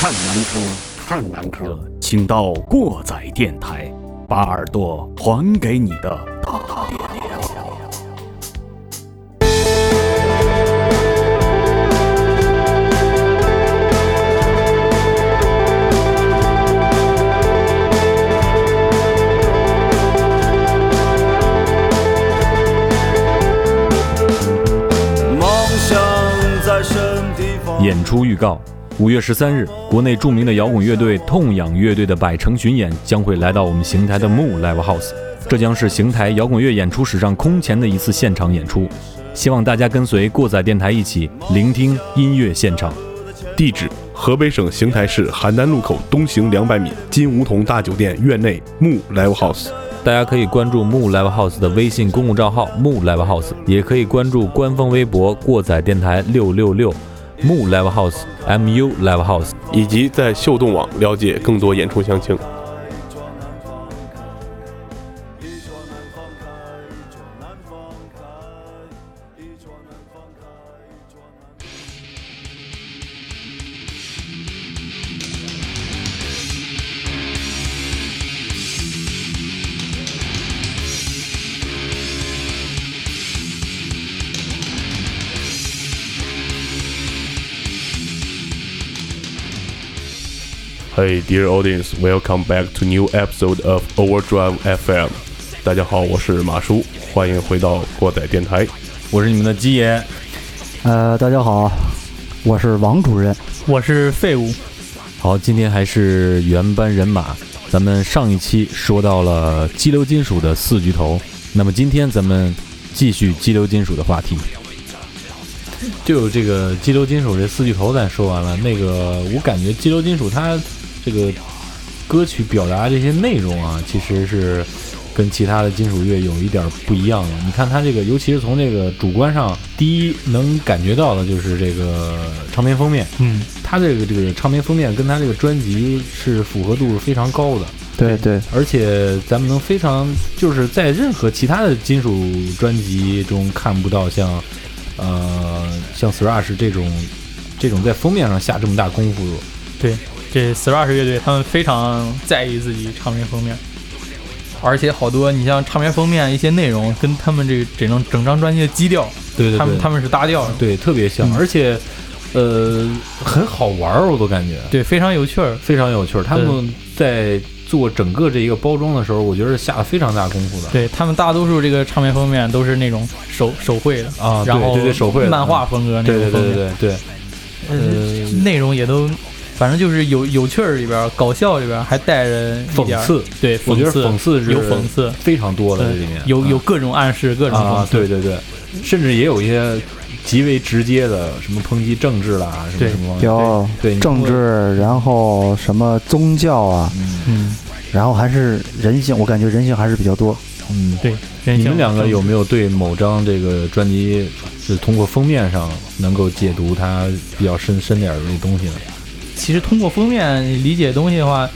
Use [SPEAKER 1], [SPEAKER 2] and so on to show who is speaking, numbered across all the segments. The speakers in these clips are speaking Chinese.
[SPEAKER 1] 看南柯，看南柯，请到过载电台，把耳朵还给你的大电台。
[SPEAKER 2] 梦想在什么地方？
[SPEAKER 3] 演出预告：五月十三日，国内著名的摇滚乐队痛仰乐队的百城巡演将会来到我们邢台的木 Live House，这将是邢台摇滚乐演出史上空前的一次现场演出。希望大家跟随过载电台一起聆听音乐现场。
[SPEAKER 4] 地址：河北省邢台市邯郸路口东行两百米金梧桐大酒店院内木 Live House。
[SPEAKER 3] 大家可以关注木 Live House 的微信公共账号木 Live House，也可以关注官方微博过载电台六六六木 Live House M U Live House。
[SPEAKER 4] 以及在秀动网了解更多演出详情。
[SPEAKER 2] 一桌南方开，一桌南方开，一桌南方开，一桌南方开。
[SPEAKER 4] Hey dear audience, welcome back to new episode of Overdrive FM。大家好，我是马叔，欢迎回到过载电台。
[SPEAKER 3] 我是你们的鸡爷，
[SPEAKER 5] 呃，大家好，我是王主任。
[SPEAKER 6] 我是废物，
[SPEAKER 3] 好，今天还是原班人马。咱们上一期说到了激流金属的四巨头，那么今天咱们继续激流金属的话题。就这个激流金属这四巨头，咱说完了。那个，我感觉激流金属它这个歌曲表达这些内容啊，其实是跟其他的金属乐有一点不一样了。你看它这个，尤其是从这个主观上，第一能感觉到的就是这个唱片封面，
[SPEAKER 6] 嗯，
[SPEAKER 3] 他这个这个唱片封面跟他这个专辑是符合度是非常高的，
[SPEAKER 5] 对对，
[SPEAKER 3] 而且咱们能非常就是在任何其他的金属专辑中看不到像呃像 Thrash 这种这种在封面上下这么大功夫，
[SPEAKER 6] 对，这 Thrash 乐队他们非常在意自己唱片封面，而且好多你像唱片封面一些内容跟他们这个整张整张专辑的基调，
[SPEAKER 3] 对对对，
[SPEAKER 6] 他们他们是搭调的，
[SPEAKER 3] 对特别像，
[SPEAKER 6] 嗯
[SPEAKER 3] 而且呃很好玩儿，我都感觉
[SPEAKER 6] 对，非常有趣儿，
[SPEAKER 3] 非常有趣儿。他们在做整个这一个包装的时候，我觉得是下了非常大功夫的。
[SPEAKER 6] 对他们大多数这个唱片封面都是那种手手绘的
[SPEAKER 3] 啊对
[SPEAKER 6] 然后
[SPEAKER 3] 对对手绘的
[SPEAKER 6] 漫画风格那
[SPEAKER 3] 对
[SPEAKER 6] 种
[SPEAKER 3] 对
[SPEAKER 6] 封
[SPEAKER 3] 对
[SPEAKER 6] 面，
[SPEAKER 3] 对对对
[SPEAKER 6] 呃，内容也都。反正就是有有趣儿里边儿，搞笑里边儿还带着一点儿
[SPEAKER 3] 讽刺
[SPEAKER 6] 对，
[SPEAKER 3] 我觉得讽
[SPEAKER 6] 讽
[SPEAKER 3] 刺是
[SPEAKER 6] 有讽刺，
[SPEAKER 3] 非常多的这里面
[SPEAKER 6] 对有
[SPEAKER 3] 嗯
[SPEAKER 6] 有各种暗示，各种讽
[SPEAKER 3] 啊，
[SPEAKER 6] 刺，
[SPEAKER 3] 对对对，甚至也有一些极为直接的，什么抨击政治啦，什么
[SPEAKER 6] 对
[SPEAKER 3] 什么，
[SPEAKER 5] 有
[SPEAKER 3] 对你
[SPEAKER 5] 政
[SPEAKER 3] 说
[SPEAKER 5] 治，然后什么宗教啊，
[SPEAKER 6] 嗯，
[SPEAKER 5] 然后还是人性，我感觉人性还是比较多。
[SPEAKER 3] 嗯，
[SPEAKER 6] 对，人
[SPEAKER 3] 你
[SPEAKER 6] 性
[SPEAKER 3] 们两个有没有对某张这个专辑，是通过封面上能够解读它比较深深点儿的那东西呢？
[SPEAKER 6] 其实通过封面理解东西的话，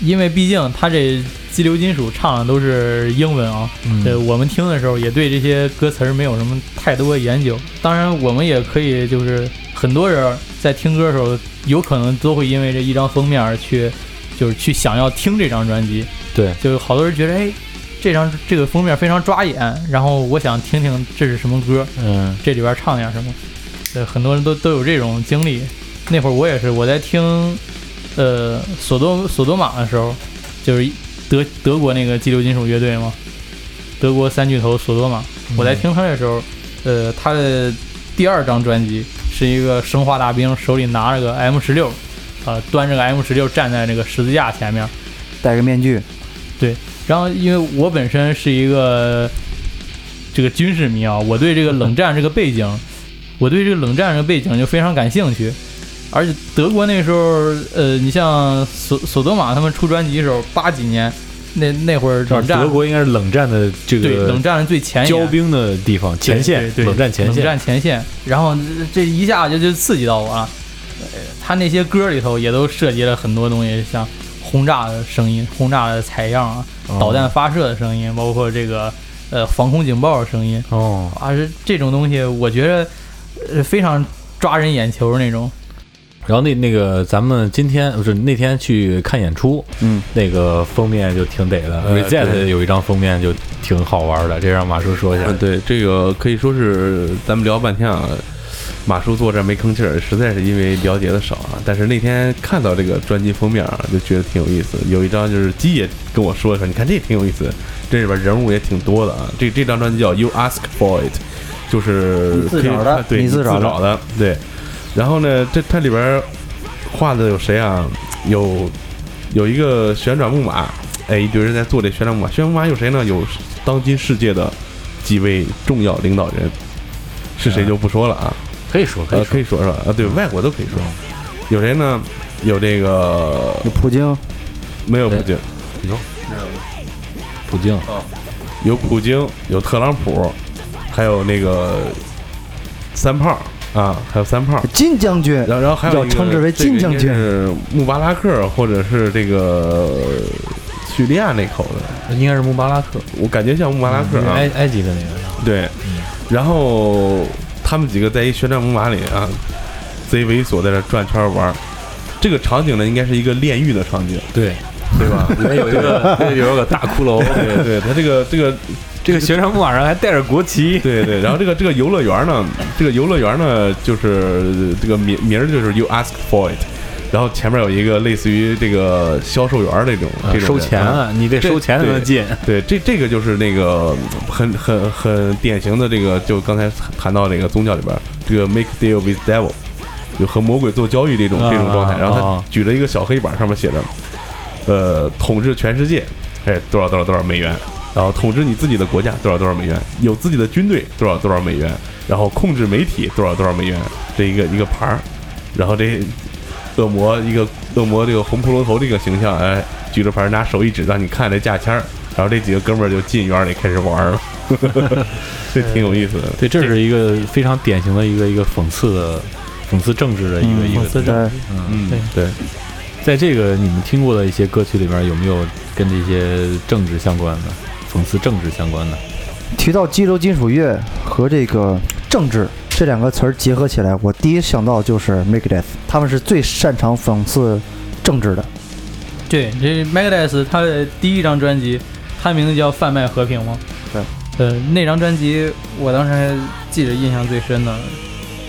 [SPEAKER 6] 因为毕竟他这激流金属唱的都是英文啊，
[SPEAKER 3] 嗯
[SPEAKER 6] 呃，我们听的时候也对这些歌词儿没有什么太多研究。当然，我们也可以就是很多人在听歌的时候，有可能都会因为这一张封面而去，就是去想要听这张专辑。
[SPEAKER 3] 对，
[SPEAKER 6] 就好多人觉得，哎，这张这个封面非常抓眼，然后我想听听这是什么歌，
[SPEAKER 3] 嗯，
[SPEAKER 6] 这里边唱点什么。对，很多人都都有这种经历。那会儿我也是，我在听，呃，索多索多玛的时候，就是德德国那个激流金属乐队嘛，德国三巨头索多玛。我在听他的时候，呃，他的第二张专辑是一个生化大兵手里拿着个 M 十六，啊，端着个 M 十六站在那个十字架前面，
[SPEAKER 5] 戴个面具，
[SPEAKER 6] 然后因为我本身是一个这个军事迷啊，我对这个冷战这个背景， 我对这个冷战这个背景就非常感兴趣。而且德国那时候，呃，你像索索多玛他们出专辑的时候，八几年那那会儿冷战
[SPEAKER 3] 啊德，国应该是冷战的这
[SPEAKER 6] 嗯对
[SPEAKER 3] 个
[SPEAKER 6] 冷战最前沿
[SPEAKER 3] 交兵的地方，前线，
[SPEAKER 6] 对对对
[SPEAKER 3] 冷战前
[SPEAKER 6] 冷
[SPEAKER 3] 线，
[SPEAKER 6] 战前线。然后这一啊下就就刺激到我了。呃他那些歌里头也都涉及了很多东西，像轰炸的声音、轰炸的采样啊，
[SPEAKER 3] 哦
[SPEAKER 6] 导弹发射的声音，包括这个呃防空警报的声音
[SPEAKER 3] 哦，
[SPEAKER 6] 啊，是这种东西，我觉得呃非常抓人眼球那种。
[SPEAKER 3] 然后那那个咱们今天不是那天去看演出，
[SPEAKER 1] 嗯，
[SPEAKER 3] 那个封面就挺得的、
[SPEAKER 4] 呃
[SPEAKER 3] r e s e t
[SPEAKER 4] 对
[SPEAKER 3] 有一张封面就挺好玩的，这让马叔说一下。
[SPEAKER 4] 嗯，对，这个可以说是咱们聊半天啊，马叔坐这儿没吭气儿，实在是因为了解的少啊。但是那天看到这个专辑封面啊，就觉得挺有意思。有一张就是鸡也跟我说说，你看这挺有意思，这里边人物也挺多的啊。这这张专辑叫《You Ask for It》，就是
[SPEAKER 5] 你自
[SPEAKER 4] 可以
[SPEAKER 5] 找的
[SPEAKER 4] 看对，
[SPEAKER 5] 你
[SPEAKER 4] 自
[SPEAKER 5] 自找的
[SPEAKER 4] 找的，对。然后呢，这它里边画的有谁啊？有有一个旋转木马，哎，一堆人在做这旋转木马。旋转木马有谁呢？有当今世界的几位重要领导人，是谁就不说了啊，
[SPEAKER 3] 可以说，可
[SPEAKER 4] 呃，
[SPEAKER 3] 以
[SPEAKER 4] 可
[SPEAKER 3] 说，
[SPEAKER 4] 以说说啊，
[SPEAKER 5] 嗯
[SPEAKER 4] 对外国都可以说。有谁呢？有这个
[SPEAKER 5] 有普京，
[SPEAKER 4] 没有普京？
[SPEAKER 3] 普京，
[SPEAKER 4] 有普京，有特朗普，还有那个三胖啊，还有三胖。
[SPEAKER 5] 金将军，
[SPEAKER 4] 然后，然后还有
[SPEAKER 5] 要
[SPEAKER 4] 一个
[SPEAKER 5] 称之为金将军
[SPEAKER 4] 这个应该是穆巴拉克或者是这个叙利亚那口子，
[SPEAKER 3] 应该是穆巴拉克，
[SPEAKER 4] 我感觉像穆巴拉克
[SPEAKER 5] 嗯
[SPEAKER 4] 啊。
[SPEAKER 5] 哎
[SPEAKER 3] 埃埃及的那个。
[SPEAKER 4] 对，然后他们几个在一旋转木马里啊，贼猥琐在这转圈玩儿。这个场景呢，应该是一个炼狱的场景，
[SPEAKER 3] 对，
[SPEAKER 4] 对吧？
[SPEAKER 3] 里面有一 个那有一个大骷髅，
[SPEAKER 4] 对对，他这个这个
[SPEAKER 3] 这个旋转木马上还带着国旗，
[SPEAKER 4] 对对，然后这个这个游乐园呢，这个游乐园呢，就是呃这个名名儿就是 You Ask for It，然后前面有一个类似于这个销售员儿那种
[SPEAKER 3] 啊
[SPEAKER 4] 这种
[SPEAKER 3] 收
[SPEAKER 4] 人
[SPEAKER 3] 钱
[SPEAKER 4] 啊
[SPEAKER 3] 啊，你得收钱才能进。
[SPEAKER 4] 对，这这个就是那个很很很典型的这个，就刚才谈到这个宗教里边儿这个 make deal with devil，就和魔鬼做交易这种这种状态。
[SPEAKER 3] 啊
[SPEAKER 4] 然后
[SPEAKER 3] 啊
[SPEAKER 4] 他举了一个小黑板，上面写着，呃，统治全世界，哎，多少多少多少美元。然后统治你自己的国家多少多少美元，有自己的军队多少多少美元，然后控制媒体多少多少美元，这一个一个牌儿，然后这恶魔一个恶魔这个红骷髅头这个形象，哎，举着牌儿拿手一指，让你看这价签儿，然后这几个哥们儿就进园里开始玩 儿了，这挺有意思的。
[SPEAKER 3] 对，这是一个非常典型的一个一个讽刺的、讽刺政治的一个一
[SPEAKER 6] 讽
[SPEAKER 3] 个。
[SPEAKER 6] 刺症
[SPEAKER 5] 对，
[SPEAKER 4] 嗯
[SPEAKER 6] 对
[SPEAKER 4] 对，
[SPEAKER 3] 在这个你们听过的一些歌曲里边，有没有跟这些政治相关的、讽刺政治相关的？
[SPEAKER 5] 提到激流金属乐和这个政治这两个词儿结合起来，我第一想到就是 Megadeth，他们是最擅长讽刺政治的。
[SPEAKER 6] 对，这 Megadeth 他的第一张专辑，他名字叫《贩卖和平》嘛。
[SPEAKER 5] 对。
[SPEAKER 6] 呃，那张专辑我当时还记得印象最深的，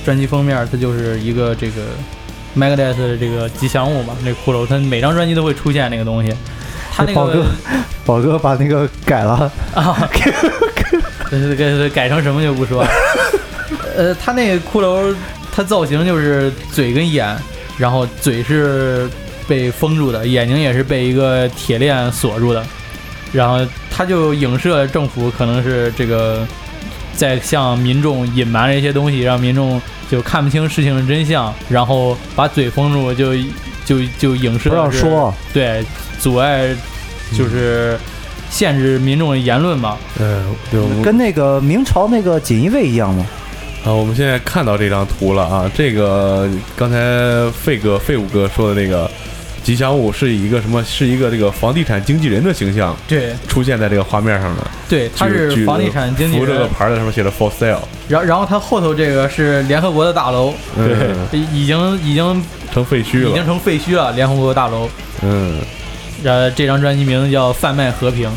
[SPEAKER 6] 专辑封面它就是一个这个 Megadeth 的这个吉祥物嘛，那骷髅，它每张专辑都会出现那个东西。他那
[SPEAKER 5] 宝
[SPEAKER 6] 个
[SPEAKER 5] 哥宝哥把那个改了，
[SPEAKER 6] 啊， 给给改成什么就不说了。呃，他那个骷髅，它造型就是嘴跟眼，然后嘴是被封住的，眼睛也是被一个铁链锁住的，然后他就影射政府可能是这个在向民众隐瞒了一些东西，让民众就看不清事情的真相，然后把嘴封住就，就就影射
[SPEAKER 5] 不让
[SPEAKER 6] 是
[SPEAKER 5] 说，
[SPEAKER 6] 对，阻碍就是限制民众的言论嘛。
[SPEAKER 4] 呃，对，我们
[SPEAKER 5] 跟那个明朝那个锦衣卫一样嘛。
[SPEAKER 4] 啊，我们现在看到这张图了啊，这个刚才费哥、费五哥说的那个吉祥物是一个什么？是一个这个房地产经纪人的形象
[SPEAKER 6] 对
[SPEAKER 4] 出现在这个画面上的，
[SPEAKER 6] 对，他是房地产经纪
[SPEAKER 4] 扶这个
[SPEAKER 6] 人，
[SPEAKER 4] 牌儿的上面写着 for sale，
[SPEAKER 6] 然后然后他后头这个是联合国的大楼，
[SPEAKER 4] 对，
[SPEAKER 6] 已已经已经
[SPEAKER 4] 成废墟
[SPEAKER 6] 已经
[SPEAKER 4] 了，
[SPEAKER 6] 成废墟了，联合国大楼。
[SPEAKER 4] 嗯。
[SPEAKER 6] 呃，这张专辑名字叫《贩卖和平》，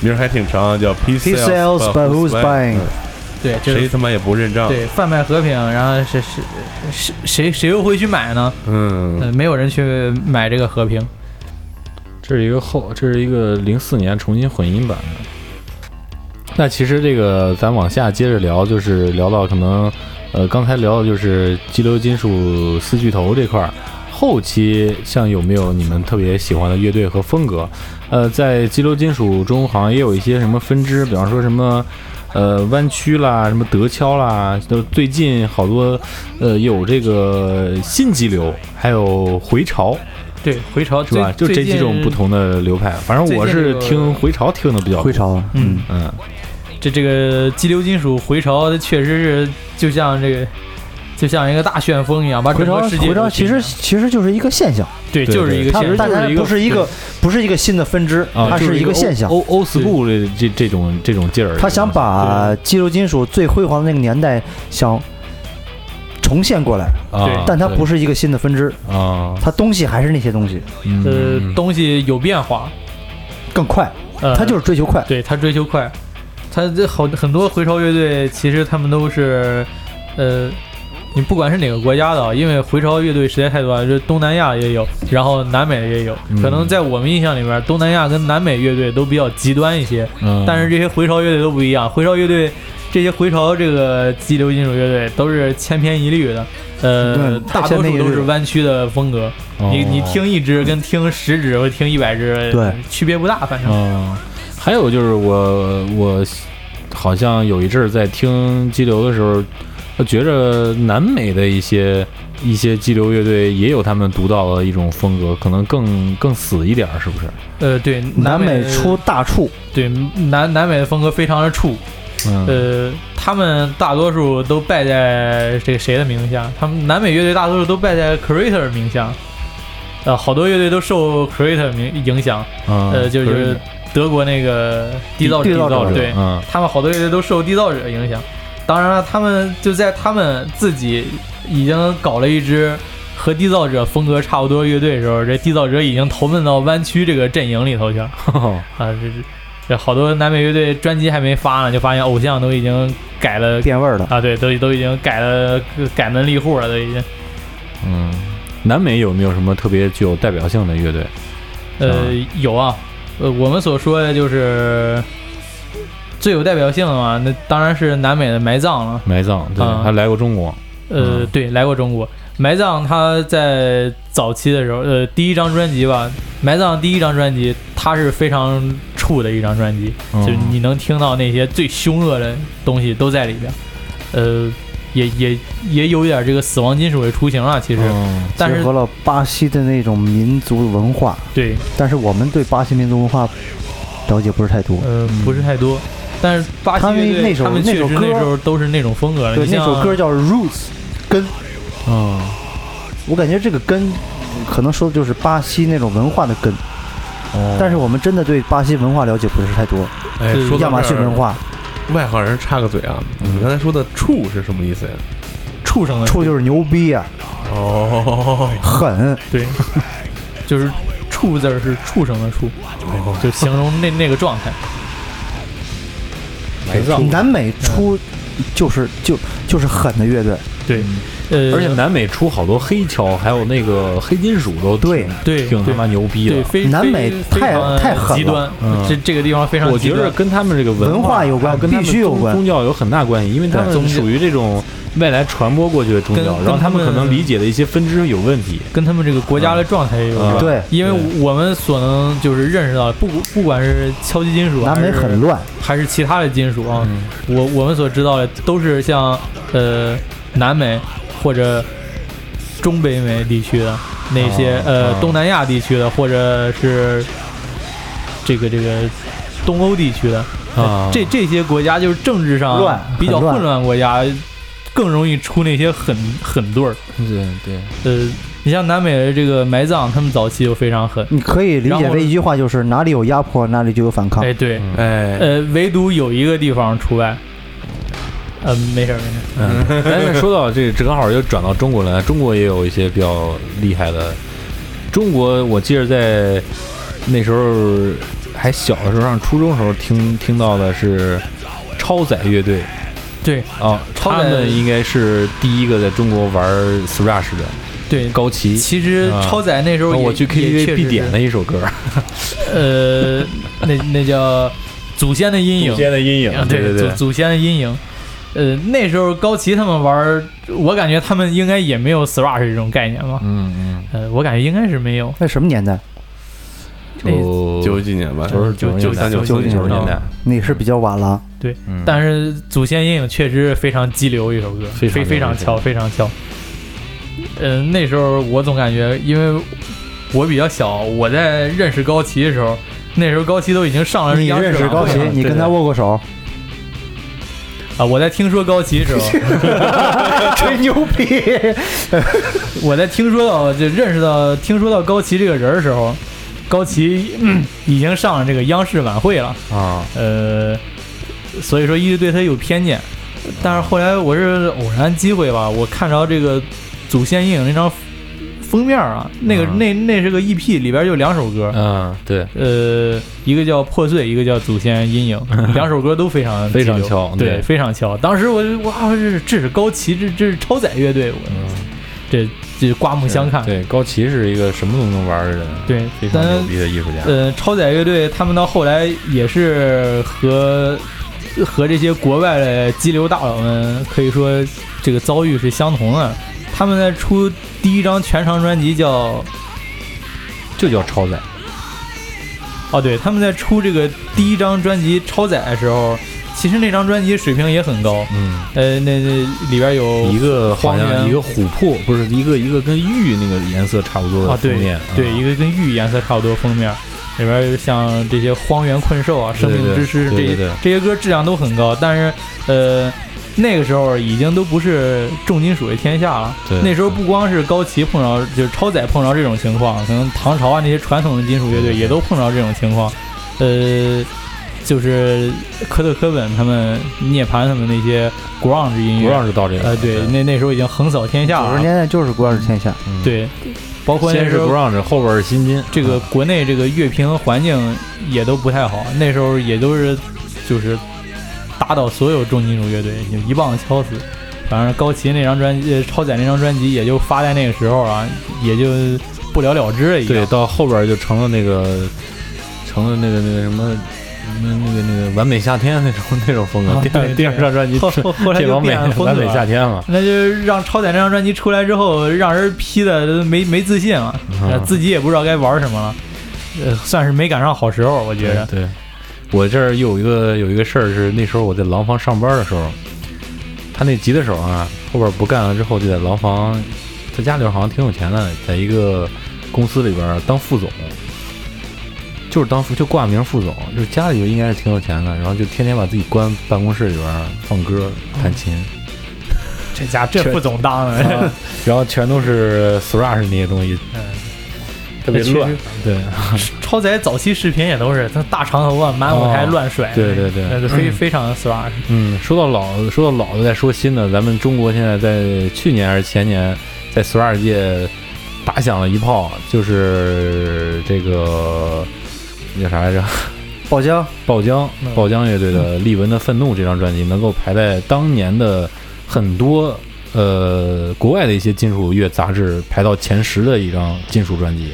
[SPEAKER 4] 名儿还挺长，啊叫 Peace
[SPEAKER 5] Peace sells,
[SPEAKER 4] sells,
[SPEAKER 5] but who's
[SPEAKER 4] who's
[SPEAKER 5] buying？
[SPEAKER 4] 嗯
[SPEAKER 6] 对，这
[SPEAKER 4] 谁
[SPEAKER 6] 是
[SPEAKER 4] 他妈也不认账。
[SPEAKER 6] 对贩卖和平，然后是是谁谁谁又会去买呢？
[SPEAKER 4] 嗯，
[SPEAKER 6] 呃，没有人去买这个和平。
[SPEAKER 3] 这是一个后，这是一个零四年重新混音版的。那其实这个咱往下接着聊，就是聊到可能，呃，刚才聊的就是激流金属四巨头这块儿。后期像有没有你们特别喜欢的乐队和风格？呃，在激流金属中好像也有一些什么分支，比方说什么，呃，弯曲啦，什么德敲啦，都最近好多，呃，有这个新激流，还有回潮，
[SPEAKER 6] 对，回潮
[SPEAKER 3] 是吧？就
[SPEAKER 6] 最
[SPEAKER 3] 这几种不。同的流派，反正我是
[SPEAKER 6] 最近这个
[SPEAKER 3] 听回潮听的比较多
[SPEAKER 5] 回。潮，
[SPEAKER 6] 最近嗯，
[SPEAKER 3] 嗯，
[SPEAKER 6] 这这个激流金属回潮，它确实是就像这个就像一个大旋风一样，把
[SPEAKER 5] 回
[SPEAKER 6] 整
[SPEAKER 5] 潮
[SPEAKER 6] 个世界
[SPEAKER 5] 回
[SPEAKER 6] 都
[SPEAKER 5] 潮
[SPEAKER 6] 侵
[SPEAKER 5] 其
[SPEAKER 6] 占
[SPEAKER 5] 实其实就是一个现象，
[SPEAKER 6] 对，
[SPEAKER 3] 对
[SPEAKER 6] 就是一个
[SPEAKER 5] 它
[SPEAKER 6] 现，
[SPEAKER 5] 大
[SPEAKER 6] 就
[SPEAKER 5] 家
[SPEAKER 6] 是一个
[SPEAKER 5] 不是一个不是一个新的分支，
[SPEAKER 3] 啊，
[SPEAKER 5] 它
[SPEAKER 3] 就是
[SPEAKER 5] 一
[SPEAKER 3] 一
[SPEAKER 5] 个现象。
[SPEAKER 3] 欧欧 school 的这这种这种劲儿。
[SPEAKER 5] 他想把肌肉金属最辉煌的那个年代想重现过来，
[SPEAKER 3] 啊，
[SPEAKER 5] 但它不
[SPEAKER 3] 是
[SPEAKER 5] 是一个新的分支，
[SPEAKER 3] 啊，
[SPEAKER 5] 它东西还是那些东西，
[SPEAKER 6] 呃
[SPEAKER 3] 嗯，
[SPEAKER 6] 东西有变化，
[SPEAKER 5] 更快，
[SPEAKER 6] 呃，
[SPEAKER 5] 它就是追求快。
[SPEAKER 6] 对他追求快，他这好很多回潮乐队其实他们都是，呃，你不管是哪个国家的啊，因为回潮乐队实在太多了，就是东南亚也有，然后南美也有。
[SPEAKER 3] 嗯
[SPEAKER 6] 可能在我们印象里面，东南亚跟南美乐队都比较极端一些，
[SPEAKER 3] 嗯
[SPEAKER 6] 但是这些回潮乐队都不一样，回潮乐队。这些回潮这个激流金属乐队都是千篇一律的，呃
[SPEAKER 5] 对，太
[SPEAKER 6] 大
[SPEAKER 5] 千
[SPEAKER 6] 多
[SPEAKER 5] 篇
[SPEAKER 6] 数
[SPEAKER 5] 一律
[SPEAKER 6] 都是
[SPEAKER 5] 了
[SPEAKER 6] 弯曲的风格。你你
[SPEAKER 3] 哦
[SPEAKER 6] 听一支跟听十支或者听一百支，
[SPEAKER 5] 对，
[SPEAKER 6] 区别不大，反正。
[SPEAKER 3] 嗯，还有就是我我好像有一阵儿在听激流的时候，我觉着南美的一些一些激流乐队也有他们独到的一种风格，可能更更死一点，儿，是不是？
[SPEAKER 6] 呃，对，
[SPEAKER 5] 南
[SPEAKER 6] 美
[SPEAKER 5] 美出大处，
[SPEAKER 6] 对南南美的风格非常的怵，
[SPEAKER 3] 嗯，
[SPEAKER 6] 呃，他们大多数都败在这个谁的名下？他们南美乐队大多数都败在 Creator 名下，呃，好多乐队都受 Creator 名影响，
[SPEAKER 3] 嗯
[SPEAKER 6] 呃，就
[SPEAKER 3] 可
[SPEAKER 6] 是德国那个缔造
[SPEAKER 5] 缔
[SPEAKER 6] 者
[SPEAKER 5] 造者
[SPEAKER 6] 对，
[SPEAKER 3] 嗯
[SPEAKER 6] 他们好多乐队都受缔造者影响。当然了，他们就在他们自己已经搞了一支和缔造者风格差不多的乐队的时候，这缔造者已经投奔到湾区这个阵营里头去了。啊，这这这好多南美乐队专辑还没发呢，就发现偶像都已经改了
[SPEAKER 5] 变味儿了。
[SPEAKER 6] 啊，对，都都已经改了改门立户了，都已经。
[SPEAKER 3] 嗯，南美有没有什么特别具有代表性的乐队？
[SPEAKER 6] 呃，有啊，呃，我们所说的就是最有代表性的嘛，那当然是南美的埋葬了。
[SPEAKER 3] 埋葬对，
[SPEAKER 6] 啊
[SPEAKER 3] 还来过中国，
[SPEAKER 6] 呃，
[SPEAKER 3] 嗯
[SPEAKER 6] 对，来过中国。埋葬他在早期的时候，呃，第一张专辑吧，埋葬第一张专辑，它是非常怵的一张专辑，
[SPEAKER 5] 哦
[SPEAKER 3] 嗯
[SPEAKER 6] 就是你能听到那些最凶恶的东西都在里边，呃，也也也有一点这个死亡金属的雏形啊，其实，
[SPEAKER 3] 嗯
[SPEAKER 6] 但
[SPEAKER 5] 哦结
[SPEAKER 6] 是
[SPEAKER 5] 合了巴西的那种民族文化，
[SPEAKER 6] 对，
[SPEAKER 5] 但是我们对巴西民族文化了解不是太多。
[SPEAKER 6] 呃，不是太多。但是巴西
[SPEAKER 5] 嗯他们
[SPEAKER 6] 乐队
[SPEAKER 5] 那首
[SPEAKER 6] 他们
[SPEAKER 5] 那
[SPEAKER 6] 确
[SPEAKER 5] 首
[SPEAKER 6] 实
[SPEAKER 5] 歌
[SPEAKER 6] 那时候都是那种风格了。
[SPEAKER 5] 对，
[SPEAKER 6] 你
[SPEAKER 5] 那首
[SPEAKER 6] 像
[SPEAKER 5] 歌叫《Roots》，根。
[SPEAKER 3] 嗯
[SPEAKER 5] 我感觉这个根，可能说的就是巴西那种文化的根。
[SPEAKER 3] 哦
[SPEAKER 5] 但是我们真的对巴西文化了解不是太多，
[SPEAKER 4] 哎，
[SPEAKER 6] 是
[SPEAKER 4] 说到
[SPEAKER 5] 亚马
[SPEAKER 4] 这
[SPEAKER 5] 逊
[SPEAKER 4] 儿
[SPEAKER 5] 文化，
[SPEAKER 4] 外行人插个嘴啊，你刚才说的“处”是什么意思呀？
[SPEAKER 6] 畜生的
[SPEAKER 5] 处就是牛逼啊，
[SPEAKER 4] 哦，
[SPEAKER 5] 狠，
[SPEAKER 6] 对，就是“畜”字儿是畜生的“畜”，
[SPEAKER 5] 哦
[SPEAKER 6] 就形容那那个状态。
[SPEAKER 3] 埋葬，
[SPEAKER 5] 南美出就是就就是狠的乐队，
[SPEAKER 6] 对，呃，
[SPEAKER 3] 而且南美出好多黑胶，还有那个黑金属都
[SPEAKER 5] 对
[SPEAKER 6] 对
[SPEAKER 3] 挺他
[SPEAKER 6] 对
[SPEAKER 3] 妈牛逼
[SPEAKER 6] 对
[SPEAKER 3] 的。
[SPEAKER 6] 非
[SPEAKER 5] 南
[SPEAKER 6] 非
[SPEAKER 5] 美
[SPEAKER 6] 非
[SPEAKER 5] 太
[SPEAKER 6] 常
[SPEAKER 5] 太狠
[SPEAKER 6] 极
[SPEAKER 5] 了
[SPEAKER 6] 端
[SPEAKER 3] 嗯，
[SPEAKER 6] 这这个地方非常
[SPEAKER 3] 我
[SPEAKER 6] 极
[SPEAKER 3] 觉得
[SPEAKER 6] 端。
[SPEAKER 3] 跟他们这个
[SPEAKER 5] 文
[SPEAKER 3] 化
[SPEAKER 5] 化有关
[SPEAKER 3] 还跟他们
[SPEAKER 5] 必须有
[SPEAKER 3] 宗
[SPEAKER 5] 关
[SPEAKER 3] 宗教有很大关系，因为他
[SPEAKER 6] 对宗
[SPEAKER 3] 们
[SPEAKER 6] 教
[SPEAKER 3] 属于这种未来传播过去的宗
[SPEAKER 6] 跟
[SPEAKER 3] 教，
[SPEAKER 6] 跟
[SPEAKER 3] 然后
[SPEAKER 6] 他
[SPEAKER 3] 他们可能
[SPEAKER 6] 们
[SPEAKER 3] 理解的一些分支有问题。
[SPEAKER 6] 跟他们这个国家的状态也有
[SPEAKER 3] 嗯
[SPEAKER 6] 关，
[SPEAKER 5] 对
[SPEAKER 6] 因为我们所能就是认识到，不不管是敲击金属，啊
[SPEAKER 5] 南美很，乱，
[SPEAKER 6] 还是其他的金属啊，
[SPEAKER 3] 嗯
[SPEAKER 6] 我我们所知道的都是像呃南美或者中北美地区的那些
[SPEAKER 5] 啊
[SPEAKER 3] 哦
[SPEAKER 6] 呃
[SPEAKER 3] 哦
[SPEAKER 6] 东南亚地区的，或者是这个这个东欧地区的，
[SPEAKER 3] 啊，
[SPEAKER 6] 这这些国家就是政治上
[SPEAKER 5] 乱
[SPEAKER 6] 比较
[SPEAKER 5] 很乱
[SPEAKER 6] 混乱的国家，更容易出那些狠狠对儿。
[SPEAKER 3] 对对，
[SPEAKER 6] 呃，你像南美的这个埋葬，他们早期就非常狠。
[SPEAKER 5] 你可以理
[SPEAKER 6] 然
[SPEAKER 5] 解
[SPEAKER 6] 后
[SPEAKER 5] 为一句话，就是哪里有压迫，哪里就有反抗。
[SPEAKER 6] 哎，对，
[SPEAKER 4] 哎，
[SPEAKER 6] 呃，唯独有一个地方除外。呃，没事儿没事儿，
[SPEAKER 3] 嗯，但是说到这，正好又转到中国来，中国也有一些比较厉害的。中国，我记得在那时候还小的时候，上初中时候听听到的是超载乐队，
[SPEAKER 6] 对
[SPEAKER 3] 啊，
[SPEAKER 6] 超
[SPEAKER 3] 他
[SPEAKER 6] 载
[SPEAKER 3] 们应该是第一个在中国玩 thrash 的
[SPEAKER 6] 对。哦
[SPEAKER 3] 高旗。
[SPEAKER 6] 其实
[SPEAKER 3] 啊
[SPEAKER 6] 超载那时候也、
[SPEAKER 3] 我去
[SPEAKER 6] 也确
[SPEAKER 3] KTV
[SPEAKER 6] 实
[SPEAKER 3] 必点
[SPEAKER 6] 是
[SPEAKER 3] 的一首歌，
[SPEAKER 6] 呃，那那叫祖先的阴影，
[SPEAKER 3] 的阴
[SPEAKER 6] 啊
[SPEAKER 3] 对对
[SPEAKER 6] 祖祖先的阴影。呃，那时候高旗他们玩儿，我感觉他们应该也没有 thrash 这种概念吧？
[SPEAKER 3] 嗯
[SPEAKER 6] 呃，我感觉应该是没有。
[SPEAKER 5] 那什么年代？
[SPEAKER 3] 嗯，
[SPEAKER 6] 哎
[SPEAKER 3] 九
[SPEAKER 4] 九几年吧，
[SPEAKER 3] 九十
[SPEAKER 6] 九
[SPEAKER 3] 九
[SPEAKER 6] 九三
[SPEAKER 4] 九
[SPEAKER 5] 四
[SPEAKER 3] 九十
[SPEAKER 5] 九
[SPEAKER 3] 年代，
[SPEAKER 5] 那是比较晚了，
[SPEAKER 3] 嗯
[SPEAKER 6] 但是《祖先阴影》确实非常激流一首歌，
[SPEAKER 3] 非
[SPEAKER 6] 非
[SPEAKER 3] 常
[SPEAKER 6] 非常
[SPEAKER 3] 激流
[SPEAKER 6] 敲，非常敲。呃，那时候我总感觉，因为我比较小，我在认识高旗的时候，那时候高旗都已经上了
[SPEAKER 5] 你
[SPEAKER 6] 央视
[SPEAKER 5] 认识
[SPEAKER 6] 晚
[SPEAKER 5] 高
[SPEAKER 6] 会
[SPEAKER 5] 旗，
[SPEAKER 6] 了
[SPEAKER 5] 你跟他握过手，
[SPEAKER 6] 啊，我在听说高旗 时候，
[SPEAKER 5] 吹牛逼，
[SPEAKER 6] 我在听说到就认识到听说到高旗这个人儿的时候，高旗、嗯已经上了这个央视晚会了，
[SPEAKER 3] 啊，
[SPEAKER 6] 呃，所以说一直对他有偏见。但是后来我是偶然机会吧，我看着这个《祖先阴影》那张封面儿啊，那个、
[SPEAKER 3] 嗯
[SPEAKER 6] 那那是个 EP，里边就两首歌，
[SPEAKER 3] 嗯，对，
[SPEAKER 6] 呃，一个叫《破碎》，一个叫《祖先阴影》， 两首歌都非常
[SPEAKER 3] 非常
[SPEAKER 6] 激流
[SPEAKER 3] 敲
[SPEAKER 6] 对，
[SPEAKER 3] 对
[SPEAKER 6] 非常敲。当时我就哇，这是这是高旗，这这是超载乐队，我、这这刮目相看。
[SPEAKER 3] 对，高旗是一个什么都能玩的人，
[SPEAKER 6] 对
[SPEAKER 3] 非，常
[SPEAKER 6] 但
[SPEAKER 3] 牛逼的艺术家。
[SPEAKER 6] 呃，超载乐队他们到后来也是和和这些国外的激流大佬们可以说这个遭遇是相同的。他们在出第一张全长专辑叫
[SPEAKER 3] 就叫超载。
[SPEAKER 6] 哦，对，他们在出这个第一张专辑《超载》的时候，其实那张专辑水平也很高。
[SPEAKER 3] 嗯，
[SPEAKER 6] 呃，那那里边有
[SPEAKER 3] 一个好
[SPEAKER 6] 荒
[SPEAKER 3] 像
[SPEAKER 6] 原
[SPEAKER 3] 一个琥珀，不是一个一个跟玉那个颜色差不多的
[SPEAKER 6] 啊，
[SPEAKER 3] 封
[SPEAKER 6] 对
[SPEAKER 3] 面，
[SPEAKER 6] 对，
[SPEAKER 3] 嗯
[SPEAKER 6] 一个跟玉颜色差不多封面，里边有像这些荒原困兽啊、生命之诗
[SPEAKER 3] 对对对
[SPEAKER 6] 这
[SPEAKER 3] 对
[SPEAKER 6] 些这些歌质量都很高，但是呃。那个时候已经都不是重金属的天下了。
[SPEAKER 3] 对
[SPEAKER 6] 那时候不光是高旗碰着，就是超载碰着这种情况，可能唐朝啊那些传统的金属乐队也都碰着这种情况。呃，就是科特·科本他们、涅槃他们那些 grunge 音
[SPEAKER 3] 不
[SPEAKER 6] 乐，
[SPEAKER 3] 让是到这个。
[SPEAKER 6] 呃，对，那那时候已经横扫天下
[SPEAKER 5] 九
[SPEAKER 6] 了
[SPEAKER 5] 十。年代就是国二天下，
[SPEAKER 3] 嗯，
[SPEAKER 6] 对，包括那
[SPEAKER 3] 先
[SPEAKER 6] 时
[SPEAKER 3] 是
[SPEAKER 6] 候
[SPEAKER 3] 不让着，后边是新金。
[SPEAKER 6] 这个
[SPEAKER 3] 嗯
[SPEAKER 6] 国内这个乐评环境也都不太好，那时候也都是就是打倒所有重金属乐队，就一棒子敲死。反正高旗那张专辑，呃超载那张专辑也就发在那个时候啊，也就不了了之了。已经
[SPEAKER 3] 对，到后边就成了那个，成了那个那个什么，那那个那个完美夏天那种 那种风格。
[SPEAKER 6] 啊
[SPEAKER 3] 第二
[SPEAKER 6] 对
[SPEAKER 3] 第二张专辑
[SPEAKER 6] 后后后来
[SPEAKER 3] 这
[SPEAKER 6] 就
[SPEAKER 3] 完美
[SPEAKER 6] 变
[SPEAKER 3] 完
[SPEAKER 6] 疯子
[SPEAKER 3] 美夏
[SPEAKER 6] 了。
[SPEAKER 3] 天嘛，
[SPEAKER 6] 那就让超载那张专辑出来之后，让人批的都没没自信了，呃
[SPEAKER 3] 嗯
[SPEAKER 6] 自己也不知道该玩什么了，呃，算是没赶上好时候，我觉
[SPEAKER 3] 对
[SPEAKER 6] 得。
[SPEAKER 3] 对，我这儿有一个有一个事儿是那时候我在廊坊上班的时候，他那吉他手啊，后边不干了之后就在廊坊，他家里好像挺有钱的，在一个公司里边儿当副总，就是当副就挂名副总，就是家里就应该是挺有钱的，然后就天天把自己关办公室里边儿放歌弹琴，
[SPEAKER 6] 这家这
[SPEAKER 3] 确
[SPEAKER 6] 副总当的，
[SPEAKER 3] 然后全都是 thrash 那些东西，
[SPEAKER 4] 特别乱。
[SPEAKER 3] 对
[SPEAKER 6] 超载早期视频也都是他大长头发满舞台乱甩，
[SPEAKER 3] 哦对对对
[SPEAKER 6] 那个非非常的 thrash。
[SPEAKER 3] 嗯，说到老的，说到老的，再说新的，咱们中国现在在去年还是前年，在 thrash 界打响了一炮，就是这个那叫啥来着？
[SPEAKER 5] 爆浆
[SPEAKER 3] 爆浆
[SPEAKER 6] 嗯，
[SPEAKER 3] 爆浆乐队的《利文的愤怒》这张专辑能够排在当年的很多呃国外的一些金属乐杂志排到前十的一张金属专辑，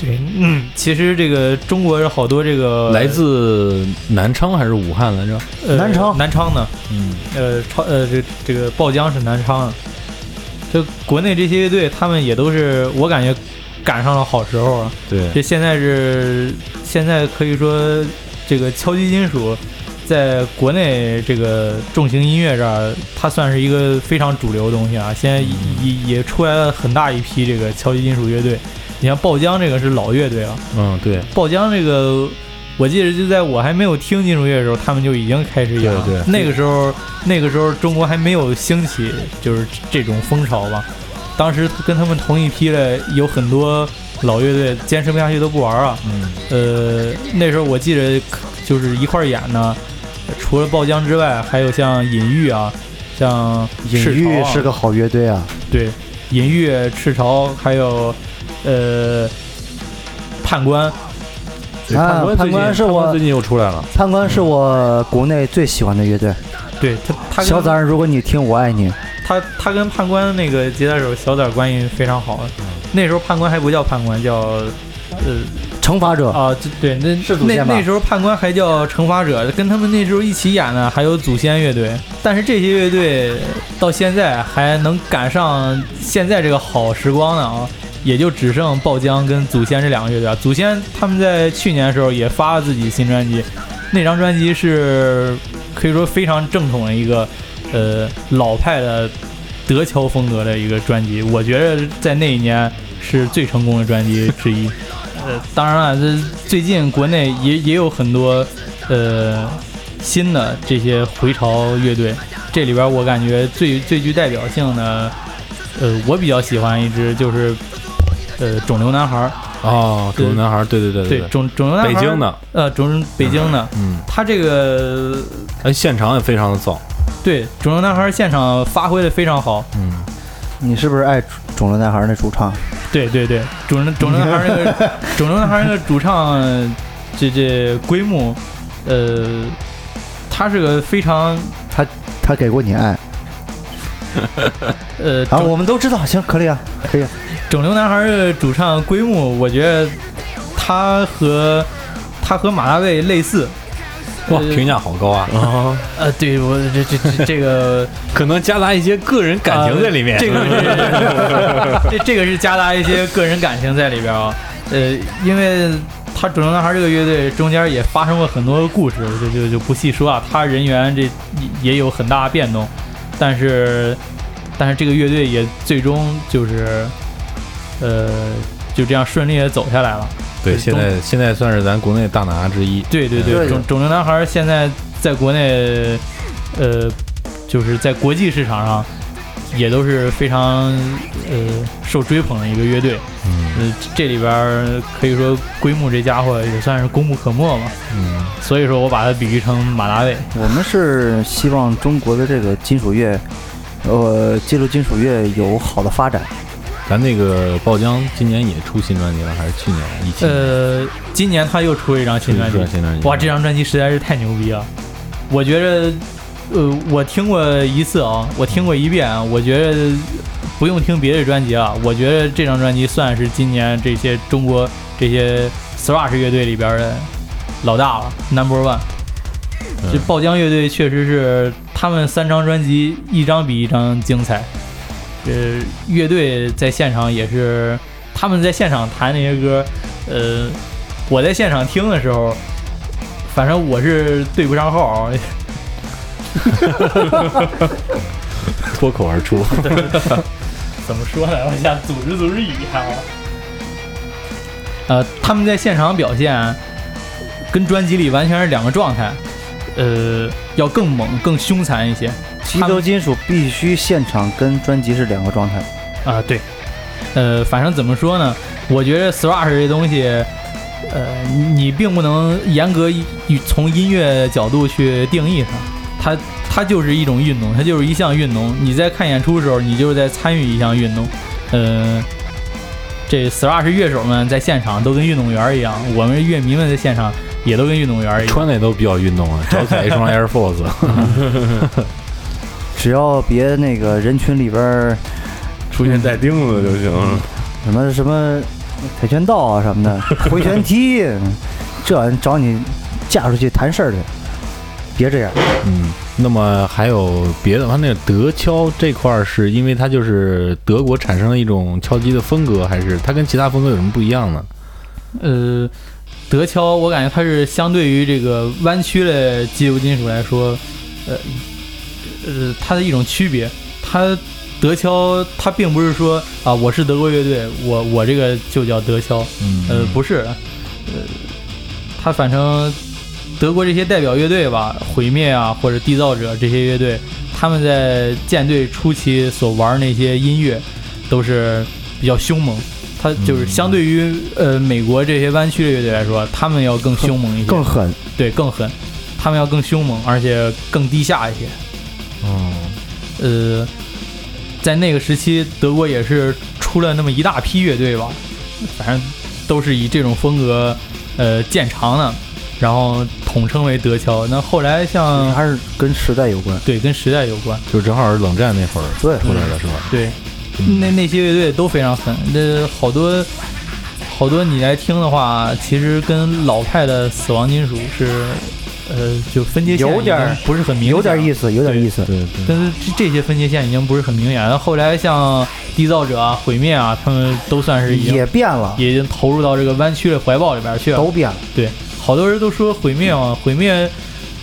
[SPEAKER 6] 对，嗯，其实这个中国有好多这个
[SPEAKER 3] 来自南昌还是武汉来着？
[SPEAKER 6] 呃
[SPEAKER 5] 南昌
[SPEAKER 6] 南昌的，
[SPEAKER 3] 嗯，
[SPEAKER 6] 呃，超呃这这个爆浆是南昌的，啊就国内这些乐队他们也都是我感觉赶上了好时候啊。
[SPEAKER 3] 对，
[SPEAKER 6] 这现在是现在可以说这个敲击金属。在国内这个重型音乐这儿，它算是一个非常主流的东西啊。现在也也也出来了很大一批这个敲击金属乐队，你像爆浆这个是老乐队了，
[SPEAKER 3] 嗯对，
[SPEAKER 6] 爆浆这个我记得就在我还没有听金属乐的时候，他们就已经开始演了。
[SPEAKER 3] 对对
[SPEAKER 6] 那个时候那个时候中国还没有兴起就是这种风潮吧。当时跟他们同一批的有很多老乐队坚持不下去都不玩啊，
[SPEAKER 3] 嗯
[SPEAKER 6] 呃，那时候我记着就是一块儿演呢，除了爆浆之外，还有像隐喻啊，像
[SPEAKER 5] 隐
[SPEAKER 6] 赤
[SPEAKER 5] 喻
[SPEAKER 6] 潮啊
[SPEAKER 5] 是个好乐队啊，
[SPEAKER 6] 对，隐喻、赤潮，还有呃判官，
[SPEAKER 3] 对
[SPEAKER 5] 啊
[SPEAKER 3] 判官最
[SPEAKER 5] 判官
[SPEAKER 3] 近
[SPEAKER 5] 是
[SPEAKER 3] 判官
[SPEAKER 5] 我
[SPEAKER 3] 最近又出来了。
[SPEAKER 5] 判官是我国内最喜欢的乐队。
[SPEAKER 6] 对他他
[SPEAKER 5] 小崽
[SPEAKER 6] 跟
[SPEAKER 5] 儿，如果你听我爱你，
[SPEAKER 6] 他他跟判官那个吉他手小崽儿关系非常好，
[SPEAKER 5] 嗯
[SPEAKER 6] 那时候判官还不叫判官，叫呃
[SPEAKER 5] 惩罚者
[SPEAKER 6] 啊，这对，那
[SPEAKER 5] 是祖
[SPEAKER 6] 那
[SPEAKER 5] 先吧
[SPEAKER 6] 那时候判官还叫惩罚者，跟他们那时候一起演的还有祖先乐队，但是这些乐队到现在还能赶上现在这个好时光呢啊，也就只剩爆浆跟祖先这两个乐队啊。祖先他们在去年的时候也发了自己新专辑，那张专辑是可以说非常正统的一个呃老派的德乔风格的一个专辑，我觉得在那一年是最成功的专辑之一。呃，当然了，这最近国内也也有很多呃新的这些回潮乐队，这里边我感觉最最具代表性的，呃，我比较喜欢一支就是，呃，肿瘤男孩儿，
[SPEAKER 3] 哦，
[SPEAKER 6] 对
[SPEAKER 3] 肿瘤男孩，对对对
[SPEAKER 6] 对，
[SPEAKER 3] 对，
[SPEAKER 6] 肿肿瘤男孩
[SPEAKER 3] 北
[SPEAKER 6] 儿，
[SPEAKER 3] 京，的，
[SPEAKER 6] 呃，肿北京的，
[SPEAKER 3] 嗯，
[SPEAKER 6] 他这个
[SPEAKER 3] 哎，现场也非常的燥，
[SPEAKER 6] 对肿瘤男孩儿现场发挥的非常好，
[SPEAKER 3] 嗯，
[SPEAKER 5] 你是不是爱肿瘤男孩那主唱？
[SPEAKER 6] 对对对，肿瘤肿瘤男孩儿那 个肿瘤男孩儿那个主唱，这这归木，呃，他是个非常
[SPEAKER 5] 他给过你爱
[SPEAKER 6] 呃
[SPEAKER 5] 啊？
[SPEAKER 6] 肿
[SPEAKER 5] 我们都知道，行，可以啊，可以啊。
[SPEAKER 6] 肿瘤男孩儿的主唱归木，我觉得他和他和马大卫类似。
[SPEAKER 3] 哇，
[SPEAKER 6] 呃
[SPEAKER 3] 评价好高啊，
[SPEAKER 4] 啊，
[SPEAKER 6] 呃，对我这这这这个
[SPEAKER 3] 可能夹杂一些个人感情在里面，
[SPEAKER 6] 啊这个是这这个是夹杂一些个人感情在里边啊。呃，因为他肿瘤男孩这个乐队中间也发生过很多故事，就就就不细说啊。他人员这也也有很大的变动，但是但是这个乐队也最终就是呃就这样顺利的走下来了。
[SPEAKER 3] 对，
[SPEAKER 6] 是
[SPEAKER 3] 现在现在算是咱国内大拿之一，
[SPEAKER 6] 对对
[SPEAKER 5] 对
[SPEAKER 6] 对，肿肿瘤男孩现在在国内，呃，就是在国际市场上也都是非常呃受追捧的一个乐队。
[SPEAKER 3] 嗯
[SPEAKER 6] 呃，这里边儿可以说归木这家伙也算是功不可没嘛，
[SPEAKER 3] 嗯，
[SPEAKER 6] 所以说我把它比喻成马达伟。
[SPEAKER 5] 我们是希望中国的这个金属乐，呃，记录金属乐有好的发展。
[SPEAKER 3] 咱那个爆浆今年也出新专辑了，还是去年一七年
[SPEAKER 6] 呃，今年他又出了一张新专辑
[SPEAKER 3] 出了，新专辑，
[SPEAKER 6] 哇，这张专辑实在是太牛逼了！我觉着，呃，我听过一次啊，我听过一遍啊，我觉着不用听别的专辑啊，我觉得这张专辑算是今年这些中国这些 thrash 乐队里边的老大了，number one。这
[SPEAKER 3] 嗯
[SPEAKER 6] 爆浆乐队确实是他们三张专辑一张比一张精彩，呃，乐队在现场也是他们在现场弹那些歌，呃，我在现场听的时候，反正我是对不上号，啊
[SPEAKER 3] 脱口而
[SPEAKER 6] 哎
[SPEAKER 3] 出，
[SPEAKER 6] 怎么说呢？我想组织组织语言啊。呃，他们在现场表现跟专辑里完全是两个状态，呃，要更猛、更凶残一些
[SPEAKER 5] 激
[SPEAKER 6] 他们
[SPEAKER 5] 流金属必须现场跟专辑是两个状态。
[SPEAKER 6] 啊、对，呃，反正怎么说呢？我觉得 thrash 这东西，呃，你并不能严格一从音乐角度去定义它，它它就是一种运动，它就是一项运动。你在看演出的时候，你就是在参与一项运动，呃。这 thrash 乐手们在现场都跟运动员儿一样，我们乐迷们在现场也都跟运动员儿一样。
[SPEAKER 3] 穿的也都比较运动啊，脚踩一双 Air Force，
[SPEAKER 5] 只要别那个人群里边儿
[SPEAKER 4] 出现带钉子的就行。
[SPEAKER 5] 什么什么跆拳道啊什么 的，回旋踢，这玩意儿找你架出去谈事儿去，别这样。
[SPEAKER 3] 嗯，那么还有别的吗？那个德敲这块儿是因为它就是德国产生了一种敲击的风格，还是它跟其他风格有什么不一样呢？
[SPEAKER 6] 呃，德敲我感觉它是相对于这个弯曲的金属金属来说，呃呃，它的一种区别。它德敲它并不是说啊，我是德国乐队，我我这个就叫德敲，
[SPEAKER 3] 嗯
[SPEAKER 6] 呃，不是，呃，它反正德国这些代表乐队吧，毁灭啊或者缔造者这些乐队，他们在建队初期所玩那些音乐都是比较凶猛。它就是相对于呃美国这些湾区的乐队来说，他们要更凶猛一些，
[SPEAKER 5] 更狠，
[SPEAKER 6] 对更狠，他们要更凶猛，而且更低下一些。哦
[SPEAKER 3] 嗯，
[SPEAKER 6] 呃，在那个时期，德国也是出了那么一大批乐队吧，反正都是以这种风格呃见长的，然后统称为德敲。那后来像
[SPEAKER 5] 还是跟时代有关。
[SPEAKER 6] 对跟时代有关，
[SPEAKER 3] 就正好是冷战那会儿
[SPEAKER 5] 对，
[SPEAKER 3] 出来的是吧？
[SPEAKER 6] 对
[SPEAKER 3] 嗯
[SPEAKER 6] 那那些乐队都非常狠，那好多。好多你来听的话，其实跟老派的死亡金属是，呃，就分界线
[SPEAKER 5] 有点儿
[SPEAKER 6] 已经不是很明显了，
[SPEAKER 5] 有点意思，有点意思。
[SPEAKER 3] 对对
[SPEAKER 6] 但是这这些分界线已经不是很明显了。后来像缔造者啊、毁灭啊，他们都算是已经
[SPEAKER 5] 也变了，
[SPEAKER 6] 也已经投入到这个弯曲的怀抱里边去了
[SPEAKER 5] 都。变了。
[SPEAKER 6] 对，好多人都说毁灭嘛，毁灭，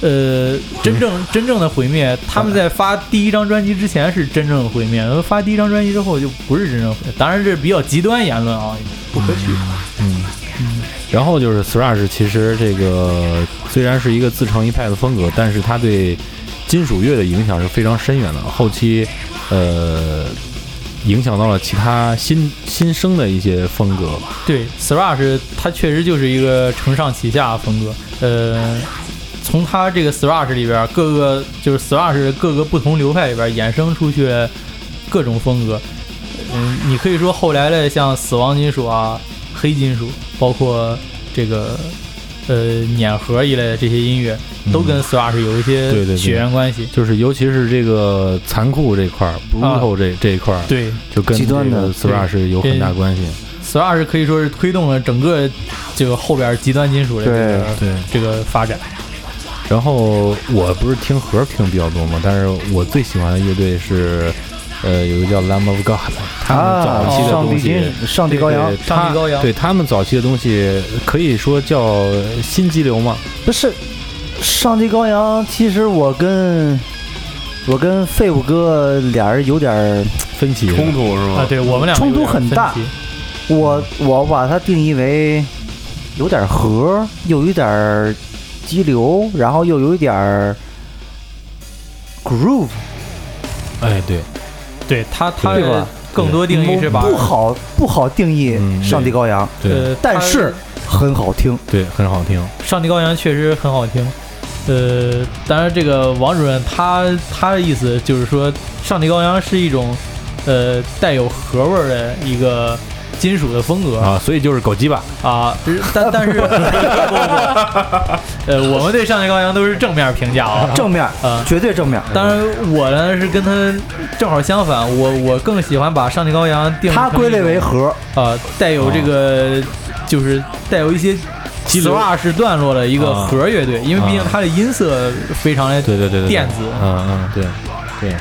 [SPEAKER 6] 呃，真正真正的毁灭，他们在发第一张专辑之前是真正的毁灭，而发第一张专辑之后就不是真正的毁灭。当然这是比较极端言论啊，不可取。
[SPEAKER 3] 然后就是 thrash，其实这个虽然是一个自成一派的风格，但是它对金属乐的影响是非常深远的，后期呃影响到了其他新新生的一些风格。
[SPEAKER 6] 对，thrash 它确实就是一个承上启下的风格。呃，从它这个 thrash 里边儿各个就是 thrash 各个不同流派里边儿衍生出去各种风格。嗯，你可以说后来的像死亡金属啊、黑金属，包括这个呃碾核一类的这些音乐，都跟 thrash 有一
[SPEAKER 3] 嗯对对对
[SPEAKER 6] 些血缘关系。
[SPEAKER 3] 就是尤其是这个残酷这块儿，brutal 这、这一块儿，
[SPEAKER 6] 对
[SPEAKER 3] 就跟
[SPEAKER 5] 极端的
[SPEAKER 3] 这个 thrash 有很大关系。
[SPEAKER 6] ，thrash 可以说是推动了整个这个后边儿极端金属的这个
[SPEAKER 3] 对，
[SPEAKER 6] 这个发展。
[SPEAKER 3] 然后我不是听盒听比较多嘛，但是我最喜欢的乐队是，呃，有一个叫 Lamb of God，他们
[SPEAKER 5] 啊
[SPEAKER 3] 早期，的
[SPEAKER 5] 上
[SPEAKER 3] 东
[SPEAKER 5] 帝
[SPEAKER 3] 西，
[SPEAKER 5] 金，上帝羔
[SPEAKER 3] 对
[SPEAKER 5] 羊，
[SPEAKER 3] 他
[SPEAKER 6] 上帝羔羊
[SPEAKER 3] 对他们早期的东西可以说叫新激流嘛，
[SPEAKER 5] 不是上帝羔羊。其实我跟我跟废物哥俩人有点儿，
[SPEAKER 3] 分歧
[SPEAKER 4] 冲突是
[SPEAKER 6] 啊，
[SPEAKER 4] 吗？
[SPEAKER 6] 对我们俩
[SPEAKER 5] 冲突很大我我把它定义为有点儿核，又有点儿激流，然后又有一点儿 groove，
[SPEAKER 3] 哎，对，
[SPEAKER 6] 对他他
[SPEAKER 5] 对吧
[SPEAKER 6] 更多定义是把
[SPEAKER 5] 不好不好定义
[SPEAKER 3] 嗯
[SPEAKER 5] 上帝羔羊，
[SPEAKER 3] 对、
[SPEAKER 6] 呃，啊
[SPEAKER 5] 但
[SPEAKER 6] 他
[SPEAKER 5] 是很好听。
[SPEAKER 6] 嗯
[SPEAKER 3] 对，很好听，
[SPEAKER 6] 上帝羔羊确实很好听。呃，当然，这个王主任他他的意思就是说，上帝羔羊是一种呃带有核味儿的一个金属的风格
[SPEAKER 3] 啊，所以就是狗鸡巴，
[SPEAKER 6] 啊，但但是不不不，呃，我们对上帝羔羊都是正面评价啊，
[SPEAKER 5] 正面，
[SPEAKER 6] 啊
[SPEAKER 5] 绝对正面。
[SPEAKER 6] 当然，我呢是跟他正好相反，我我更喜欢把上帝羔羊定
[SPEAKER 5] 它
[SPEAKER 6] 成
[SPEAKER 5] 归类
[SPEAKER 6] 一种
[SPEAKER 5] 为核，
[SPEAKER 6] 呃，带有这个、就是带有一些
[SPEAKER 3] 激流
[SPEAKER 6] thrash 段落的一个
[SPEAKER 3] 啊
[SPEAKER 6] 核乐队，因为毕竟
[SPEAKER 3] 啊
[SPEAKER 6] 它的音色非常的
[SPEAKER 3] 对对对对，对
[SPEAKER 6] 电子
[SPEAKER 3] 嗯嗯，对对。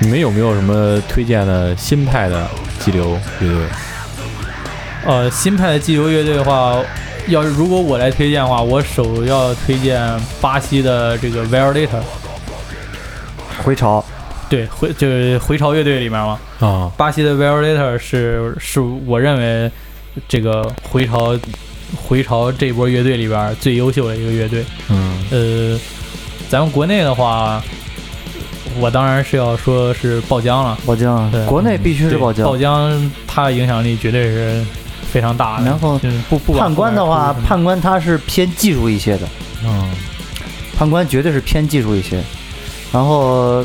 [SPEAKER 3] 你们有没有什么推荐的新派的激流乐队？
[SPEAKER 6] 呃新派的激流乐队的话，要是如果我来推荐的话，我首要推荐巴西的这个 Violator，
[SPEAKER 5] 回潮。
[SPEAKER 6] 对回就是回潮乐队里面嘛，
[SPEAKER 3] 啊，
[SPEAKER 6] 巴西的 Violator 是是我认为这个回潮回潮这波乐队里边最优秀的一个乐队。
[SPEAKER 3] 嗯，
[SPEAKER 6] 呃，咱们国内的话，我当然是要说是爆浆了。
[SPEAKER 5] 宝江
[SPEAKER 6] 对，
[SPEAKER 5] 国内必须是
[SPEAKER 6] 对
[SPEAKER 5] 宝
[SPEAKER 6] 爆
[SPEAKER 5] 江。
[SPEAKER 6] 浆它的影响力绝对是非常大的。
[SPEAKER 5] 然后
[SPEAKER 6] 嗯不
[SPEAKER 3] 啊
[SPEAKER 6] 不管
[SPEAKER 5] 判官的话，
[SPEAKER 6] 后面出什么
[SPEAKER 5] 判官他是偏技术一些的，
[SPEAKER 3] 嗯，
[SPEAKER 5] 判官绝对是偏技术一些。然后，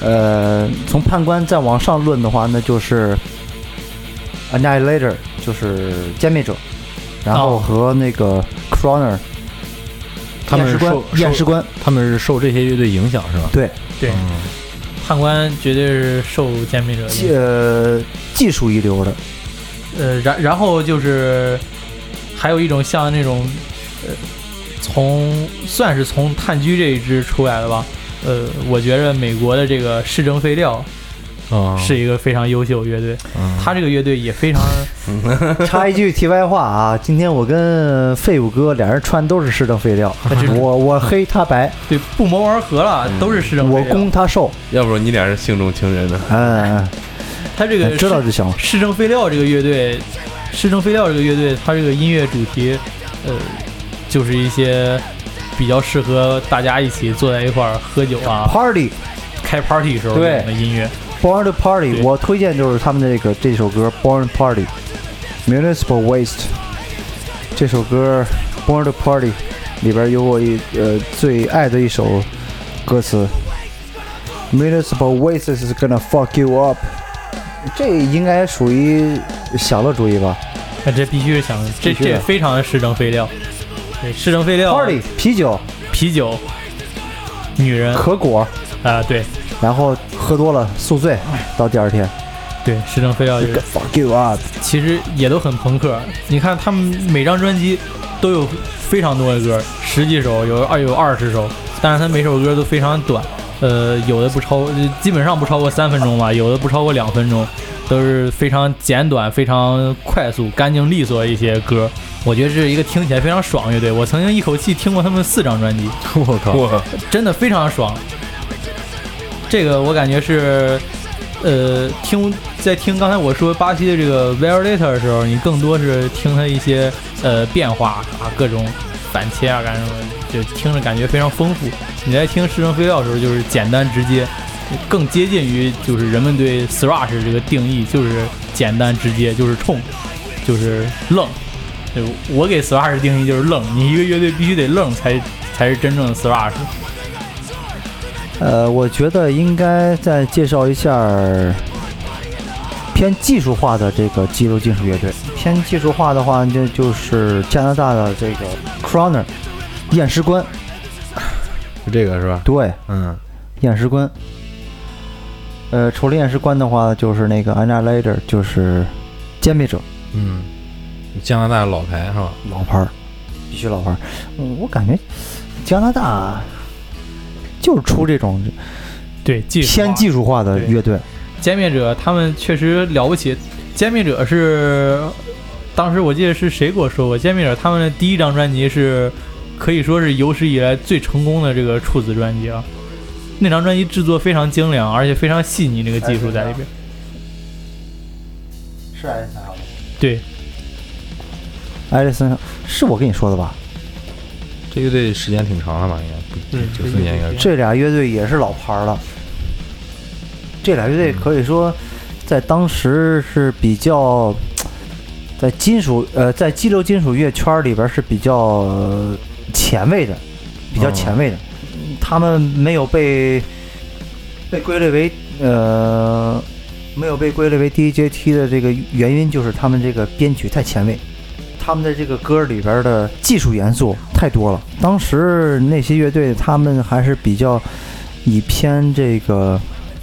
[SPEAKER 5] 呃，从判官再往上论的话，那就是 Annihilator，就是歼灭者，然后
[SPEAKER 6] 哦
[SPEAKER 5] 和那个 Croner
[SPEAKER 3] 他们
[SPEAKER 5] 验
[SPEAKER 3] 是
[SPEAKER 5] 尸官
[SPEAKER 3] 受，
[SPEAKER 5] 验
[SPEAKER 3] 受
[SPEAKER 5] 尸官，
[SPEAKER 3] 他们是受这些乐队影响是吧？
[SPEAKER 5] 对，
[SPEAKER 6] 对
[SPEAKER 3] 嗯
[SPEAKER 6] 判官绝对是受煎饼者的影响。
[SPEAKER 5] 呃，技术 一流的，
[SPEAKER 6] 呃，然然后就是还有一种像那种呃，从算是从炭疽这一支出来的吧。呃，我觉着美国的这个市政废料
[SPEAKER 3] 啊，
[SPEAKER 6] 是一个非常优秀的乐队，
[SPEAKER 3] 嗯
[SPEAKER 6] 他这个乐队也非常。
[SPEAKER 5] 插一句题外话啊，今天我跟废物哥俩人穿都是市政 废料，我我黑他白，
[SPEAKER 6] 对，不谋而合了，都是市政
[SPEAKER 5] 我
[SPEAKER 6] 废料。
[SPEAKER 5] 攻他受，
[SPEAKER 4] 要不你俩是性中情人呢？
[SPEAKER 5] 嗯，
[SPEAKER 6] 他这个
[SPEAKER 5] 嗯知道就行了。
[SPEAKER 6] 市政废料这个乐队，市政废料这个乐队，它这个音乐主题，呃，就是一些比较适合大家一起坐在一块儿喝酒啊、
[SPEAKER 5] Party
[SPEAKER 6] 开 party 时候
[SPEAKER 5] 对
[SPEAKER 6] 用的音乐。
[SPEAKER 5] Born to Party，
[SPEAKER 6] 对
[SPEAKER 5] 我推荐就是他们这个这首歌 Born to Party Municipal Waste 这首歌 Born to Party 里边有我一呃最爱的一首歌词 Municipal Waste is gonna fuck you up，这应该属于享乐主义吧
[SPEAKER 6] 那这必须是想，这
[SPEAKER 5] 必须的
[SPEAKER 6] 这非常的市政废料。对，市政废料、
[SPEAKER 5] ？Party 啤酒
[SPEAKER 6] 啤酒、女人啊、
[SPEAKER 5] 可果，
[SPEAKER 6] 对
[SPEAKER 5] 然后喝多了宿醉，到第二天
[SPEAKER 6] 对，市政废料、就是
[SPEAKER 5] gonna fuck you up，
[SPEAKER 6] 其实也都很朋克。你看他们每张专辑都有非常多的歌，十几首，有二有二十首，但是它每首歌都非常短，呃，有的不超，基本上不超过三分钟吧，有的不超过两分钟，都是非常简短、非常快速、干净利索的一些歌。我觉得是一个听起来非常爽的乐队。我曾经一口气听过他们四张专辑，
[SPEAKER 3] 我靠，
[SPEAKER 4] 哇，
[SPEAKER 6] 真的非常爽。这个我感觉是，呃，听在听刚才我说巴西的这个 Violator 的时候，你更多是听它一些呃变化啊，各种反切啊，干什么，就听着感觉非常丰富。你在听《失声飞调》的时候，就是简单直接，更接近于就是人们对 thrash 这个定义，就是简单直接，就是冲，就是愣。就我给 thrash 的定义就是愣，你一个乐队必须得愣才才是真正的 thrash。
[SPEAKER 5] 呃，我觉得应该再介绍一下儿偏技术化的这个肌肉金属乐队。偏技术化的话，这就是加拿大的这个 Croner 验尸官，
[SPEAKER 7] 就这个是吧？
[SPEAKER 5] 对，
[SPEAKER 7] 嗯，
[SPEAKER 5] 验尸官。呃，除了验尸官的话，就是那个 Annihilator，就是歼灭者
[SPEAKER 7] 嗯，加拿大老牌是吧？
[SPEAKER 5] 老牌儿，必须老牌儿。嗯，我感觉加拿大就是出这种
[SPEAKER 6] 对，技术
[SPEAKER 5] 偏
[SPEAKER 6] 化
[SPEAKER 5] 技术化的
[SPEAKER 6] 对
[SPEAKER 5] 乐队。
[SPEAKER 6] 歼灭者他们确实了不起。歼灭者是当时我记得是谁给我说过，歼灭者他们的第一张专辑是可以说是有史以来最成功的这个处子专辑啊。那张专辑制作非常精良，而且非常细腻，那个技术在里边。
[SPEAKER 5] 是啊 S
[SPEAKER 6] 对，
[SPEAKER 5] 艾丽森，是我跟你说的吧？
[SPEAKER 7] 这乐队时间挺长了吧？应该
[SPEAKER 6] 嗯
[SPEAKER 7] 不，九四年应该是。
[SPEAKER 5] 这俩乐队也是老牌儿了。这俩乐队可以说在当时是比较在金属呃在激流金属乐圈儿里边儿是比较呃前卫的，比较前卫的。他们没有被被归类为呃没有被归类为 DJT 的这个原因就是他们这个编曲太前卫。他们的这个歌里边的技术元素太多了。当时那些乐队，他们还是比较以偏这个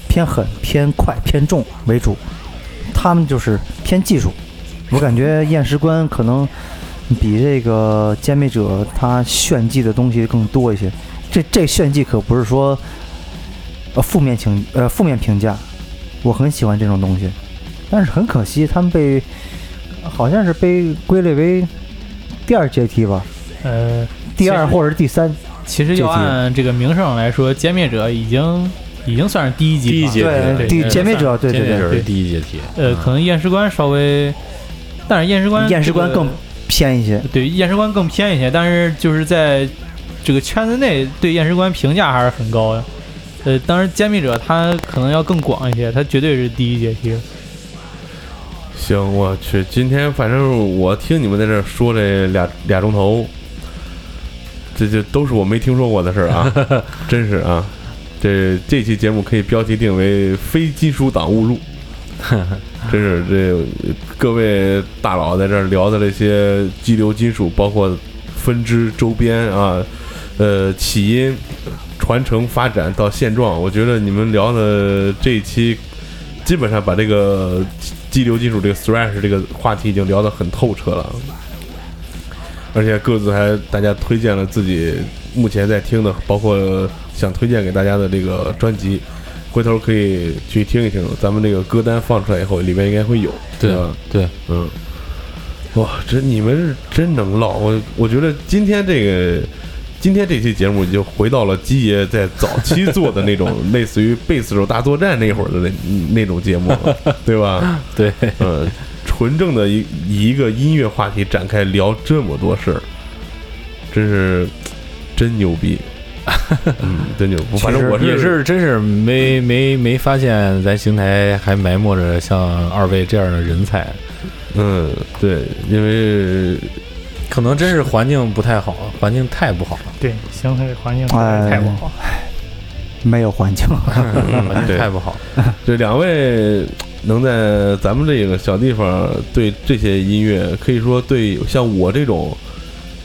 [SPEAKER 5] 偏狠、偏快、偏重为主，他们就是偏技术。我感觉验尸官可能比这个歼灭者他炫技的东西更多一些。这这炫技可不是说呃负面情呃负面评价，我很喜欢这种东西，但是很可惜他们被好像是被归类为第二阶梯吧，
[SPEAKER 6] 呃，
[SPEAKER 5] 第二
[SPEAKER 6] 其实
[SPEAKER 5] 或者是第三。
[SPEAKER 6] 其实要按这个名声上来说，歼灭者已经已经算是第一级了。
[SPEAKER 7] 第一级
[SPEAKER 6] 对
[SPEAKER 5] 第
[SPEAKER 6] 对
[SPEAKER 5] 歼灭者，对
[SPEAKER 7] 这
[SPEAKER 5] 对对，
[SPEAKER 7] 是第一阶梯。
[SPEAKER 6] 呃，可能验尸官稍微，但是验尸官
[SPEAKER 5] 验尸官
[SPEAKER 6] 这个
[SPEAKER 5] 更偏一些。
[SPEAKER 6] 对验尸官更偏一些，但是就是在这个圈子内对验尸官评价还是很高的。呃，当然歼灭者他可能要更广一些，他绝对是第一阶
[SPEAKER 3] 啊
[SPEAKER 6] 梯。
[SPEAKER 4] 行，我去，今天反正我听你们在这说这俩俩钟头，这这都是我没听说过的事儿啊，真是啊。这这期节目可以标题定为“非金属党误入”，真是这各位大佬在这儿聊的这些激流金属，包括分支周边啊，呃，起因、传承、发展到现状，我觉得你们聊的这一期基本上把这个激流金属这个 thrash 这个话题已经聊得很透彻了，而且各自还大家推荐了自己目前在听的，包括想推荐给大家的这个专辑，回头可以去听一听。咱们这个歌单放出来以后，里面应该会有。
[SPEAKER 7] 对
[SPEAKER 4] 吧
[SPEAKER 7] 对，
[SPEAKER 4] 嗯，哇，这你们是真能唠，我我觉得今天这个。今天这期节目就回到了基爷在早期做的那种 类似于贝斯手大作战那会儿的那那种节目了，对吧？
[SPEAKER 7] 对，
[SPEAKER 4] 嗯，纯正的一以一个音乐话题展开聊这么多事儿，真是真牛 逼，嗯，真牛。反正我
[SPEAKER 7] 其实也是真是没没没发现咱邢台还埋没着像二位这样的人才，
[SPEAKER 4] 嗯，对，因为
[SPEAKER 7] 可能真是环境不太好，环境太不好了，
[SPEAKER 6] 对，邢台环境
[SPEAKER 5] 哎
[SPEAKER 6] 太不好。
[SPEAKER 5] 没有环 境，
[SPEAKER 7] 环境
[SPEAKER 4] 对
[SPEAKER 7] 太不好了。
[SPEAKER 4] 这两位能在咱们这个小地方对这些音乐，可以说对像我这种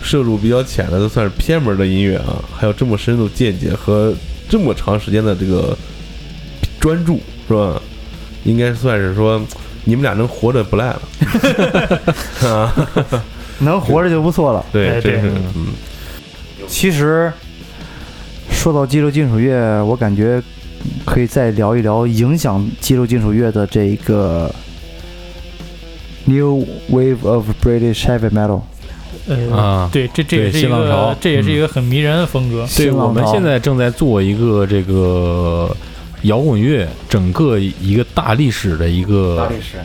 [SPEAKER 4] 摄入比较浅的，都算是偏门的音乐啊，还有这么深入见解和这么长时间的这个专注，是吧？应该算是说你们俩能活着不赖了。啊，
[SPEAKER 5] 能活着就不错了。
[SPEAKER 4] 对，
[SPEAKER 6] 哎
[SPEAKER 4] 真
[SPEAKER 6] 对
[SPEAKER 4] 是，嗯，
[SPEAKER 5] 其实说到激流金属乐，我感觉可以再聊一聊影响激流金属乐的这个 New Wave of British Heavy Metal。
[SPEAKER 6] 呃，
[SPEAKER 7] 啊
[SPEAKER 6] 对，这这也
[SPEAKER 7] 对
[SPEAKER 6] 是一
[SPEAKER 7] 新浪潮
[SPEAKER 6] 个，这也是一
[SPEAKER 3] 嗯
[SPEAKER 6] 个很迷人的风格。
[SPEAKER 7] 对，
[SPEAKER 5] 新浪
[SPEAKER 7] 我们
[SPEAKER 5] 潮
[SPEAKER 7] 现在正在做一个这个摇滚乐整个一个大历史的一个
[SPEAKER 5] 史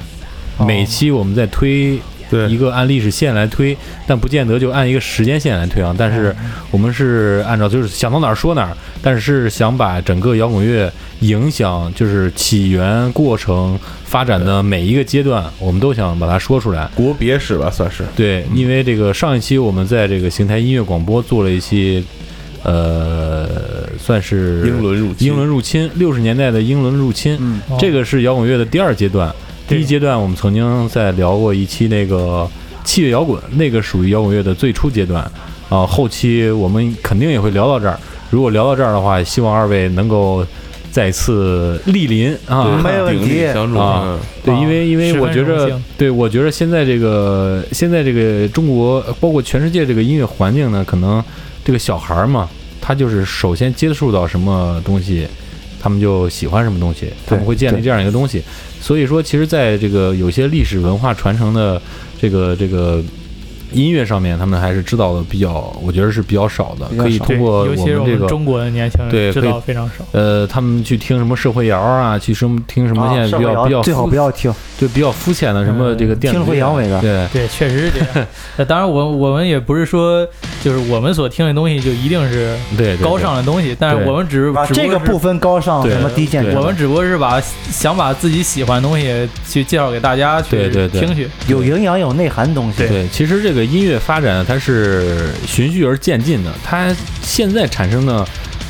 [SPEAKER 7] 每期我们在推
[SPEAKER 4] 嗯对
[SPEAKER 3] 一个按历史线来推，但不见得就按一个时间线来推啊。但是我
[SPEAKER 4] 嗯
[SPEAKER 3] 们是按照就是想到哪儿说哪儿，但是想把整个摇滚乐影响就是起源过程发展的每一个阶段，我们都想把它说出来。
[SPEAKER 4] 国别史吧，算是
[SPEAKER 3] 对，因为这个上一期我们在这个邢台音乐广播做了一期，呃，算是
[SPEAKER 4] 英伦入侵
[SPEAKER 3] 英伦入侵，六十年代的英伦入侵，
[SPEAKER 5] 嗯，
[SPEAKER 6] 哦
[SPEAKER 3] 这个是摇滚乐的第二阶段。第
[SPEAKER 6] 对
[SPEAKER 3] 一阶段我们曾经在聊过一期那个器乐摇滚，那个属于摇滚乐的最初阶段。啊、后期我们肯定也会聊到这儿。如果聊到这儿的话，希望二位能够再次莅临啊。
[SPEAKER 5] 没问
[SPEAKER 4] 鼎
[SPEAKER 5] 题
[SPEAKER 4] 力相助
[SPEAKER 3] 啊
[SPEAKER 4] 嗯
[SPEAKER 3] 对，
[SPEAKER 6] 啊
[SPEAKER 3] 因为因为
[SPEAKER 6] 十
[SPEAKER 3] 我
[SPEAKER 6] 分
[SPEAKER 3] 觉
[SPEAKER 6] 荣
[SPEAKER 3] 着
[SPEAKER 6] 幸，
[SPEAKER 3] 对我觉着现在这个现在这个中国，包括全世界这个音乐环境呢，可能这个小孩儿嘛，他就是首先接触到什么东西，他们就喜欢什么东西，他们会建立
[SPEAKER 5] 对
[SPEAKER 3] 这样一个东西。所以说，其实在这个有些历史文化传承的这个这个音乐上面，他们还是知道的比较，我觉得是比较少的
[SPEAKER 5] 比，较
[SPEAKER 3] 可以
[SPEAKER 5] 少
[SPEAKER 3] 通
[SPEAKER 6] 对
[SPEAKER 3] 过
[SPEAKER 6] 尤
[SPEAKER 3] 我
[SPEAKER 6] 其是
[SPEAKER 3] 们
[SPEAKER 6] 我
[SPEAKER 3] 这个
[SPEAKER 6] 们。中国的年轻
[SPEAKER 3] 对
[SPEAKER 6] 人知
[SPEAKER 3] 可以
[SPEAKER 6] 道非常少。
[SPEAKER 3] 呃，他们去听什么社会摇啊，去什么听什么现在比较、比较
[SPEAKER 5] 最好
[SPEAKER 3] 复
[SPEAKER 5] 不要听，
[SPEAKER 3] 就比较肤浅的什么这个电子
[SPEAKER 5] 嗯听了会
[SPEAKER 3] 乐啊
[SPEAKER 5] 阳痿的
[SPEAKER 3] 对
[SPEAKER 6] 对，确实是这 样。那当然我，我们也不是说就是我们所听的东西就一定是
[SPEAKER 3] 对对
[SPEAKER 6] 高尚的东西，但是我们只是
[SPEAKER 5] 啊，
[SPEAKER 6] 只
[SPEAKER 5] 这个
[SPEAKER 6] 不过
[SPEAKER 5] 不分高尚
[SPEAKER 3] 对
[SPEAKER 5] 什么低
[SPEAKER 3] 对
[SPEAKER 5] 贱，
[SPEAKER 6] 是我们只不过是把想把自己喜欢的东西去介绍给大家去
[SPEAKER 3] 对对对
[SPEAKER 6] 听去。
[SPEAKER 5] 有营养有内涵的东西
[SPEAKER 3] 对。对。其实这个音乐发展它是循序而渐进的，它现在产生的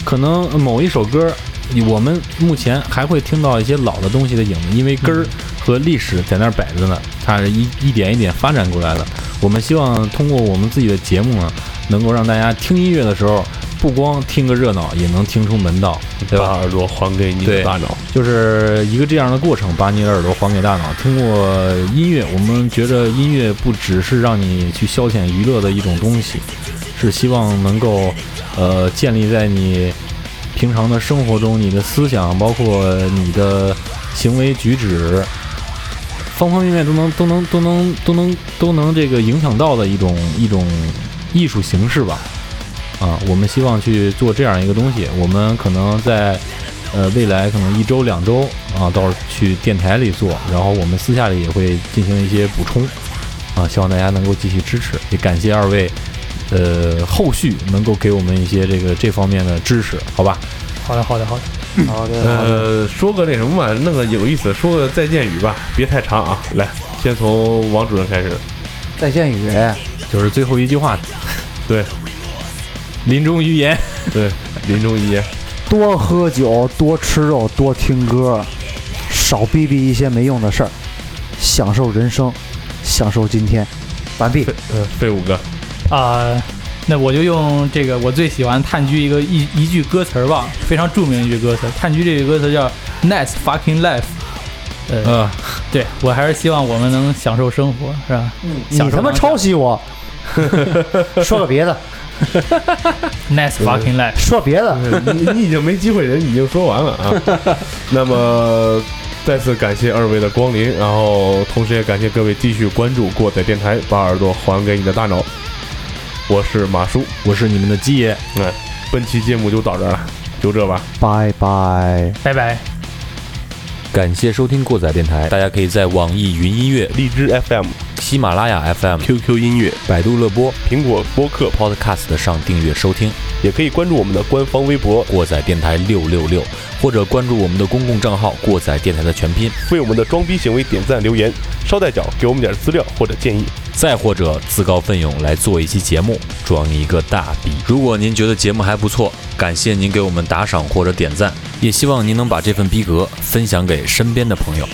[SPEAKER 3] 可能某一首歌。我们目前还会听到一些老的东西的影子，因为根
[SPEAKER 5] 嗯
[SPEAKER 3] 儿和历史在那儿摆着呢，它是一一点一点发展过来的。我们希望通过我们自己的节目呢，能够让大家听音乐的时候，不光听个热闹，也能听出门道，对吧
[SPEAKER 4] 把？耳朵还给你
[SPEAKER 3] 对
[SPEAKER 4] 的大脑。
[SPEAKER 3] 就是一个这样的过程，把你的耳朵还给大脑。通过音乐，我们觉得音乐不只是让你去消遣娱乐的一种东西，是希望能够呃建立在你平常的生活中，你的思想，包括你的行为举止，方方面面都能都能都能都能都能这个影响到的一种一种艺术形式吧。啊，我们希望去做这样一个东西，我们可能在。呃，未来可能一周两周啊，到时候去电台里做，然后我们私下里也会进行一些补充啊，希望大家能够继续支持，也感谢二位，呃，后续能够给我们一些这个这方面的支持，好吧？
[SPEAKER 6] 好的，好的，好的。
[SPEAKER 5] 好的，哦好的
[SPEAKER 4] 呃，说个那什么吧，弄个有意思，说个再见语吧，别太长啊。来，先从王主任开始。
[SPEAKER 5] 再见语，
[SPEAKER 3] 就是最后一句话，
[SPEAKER 4] 对，
[SPEAKER 3] 临终遗言，
[SPEAKER 4] 对，临终遗言，
[SPEAKER 5] 多喝酒，多吃肉，多听歌，少逼逼一些没用的事儿，享受人生，享受今天。完毕。
[SPEAKER 4] 嗯，废五个，
[SPEAKER 6] 啊、那我就用这个我最喜欢炭疽一个一一句歌词儿吧，非常著名的一句歌词儿。炭疽这个歌词叫 “Nice fucking life”。呃，
[SPEAKER 3] 呃，
[SPEAKER 6] 对我还是希望我们能享受生活，是吧
[SPEAKER 5] 你
[SPEAKER 6] 享受
[SPEAKER 5] 他妈
[SPEAKER 6] 当下
[SPEAKER 5] 抄袭我！ 说个别的，
[SPEAKER 6] ？Nice fucking life。
[SPEAKER 5] 说别的，
[SPEAKER 6] 嗯
[SPEAKER 4] 你你已经没机会人，你已经说完了啊。 那么。再次感谢二位的光临，然后同时也感谢各位继续关注过载电台，把耳朵还给你的大脑。我是马叔，
[SPEAKER 3] 我是你们的鸡爷。
[SPEAKER 4] 哎，本期节目就到这儿了，就这吧。
[SPEAKER 5] 拜拜。
[SPEAKER 6] 拜拜。
[SPEAKER 8] 感谢收听过载电台，大家可以在网易云音乐、
[SPEAKER 4] 荔枝 FM、
[SPEAKER 8] 喜马拉雅 FM、
[SPEAKER 4] QQ 音乐、
[SPEAKER 8] 百度乐播、
[SPEAKER 4] 苹果播客，
[SPEAKER 8] Podcast 上订阅收听
[SPEAKER 4] 也可以关注我们的官方微博，
[SPEAKER 8] 过载电台六六六，或者关注我们的公共账号“过载电台”的全拼，
[SPEAKER 4] 为我们的装逼行为点赞留言，捎带脚给我们点资料或者建议。
[SPEAKER 8] 再或者自告奋勇来做一期节目，装一个大逼。如果您觉得节目还不错，感谢您给我们打赏或者点赞，也希望您能把这份逼格分享给身边的朋友。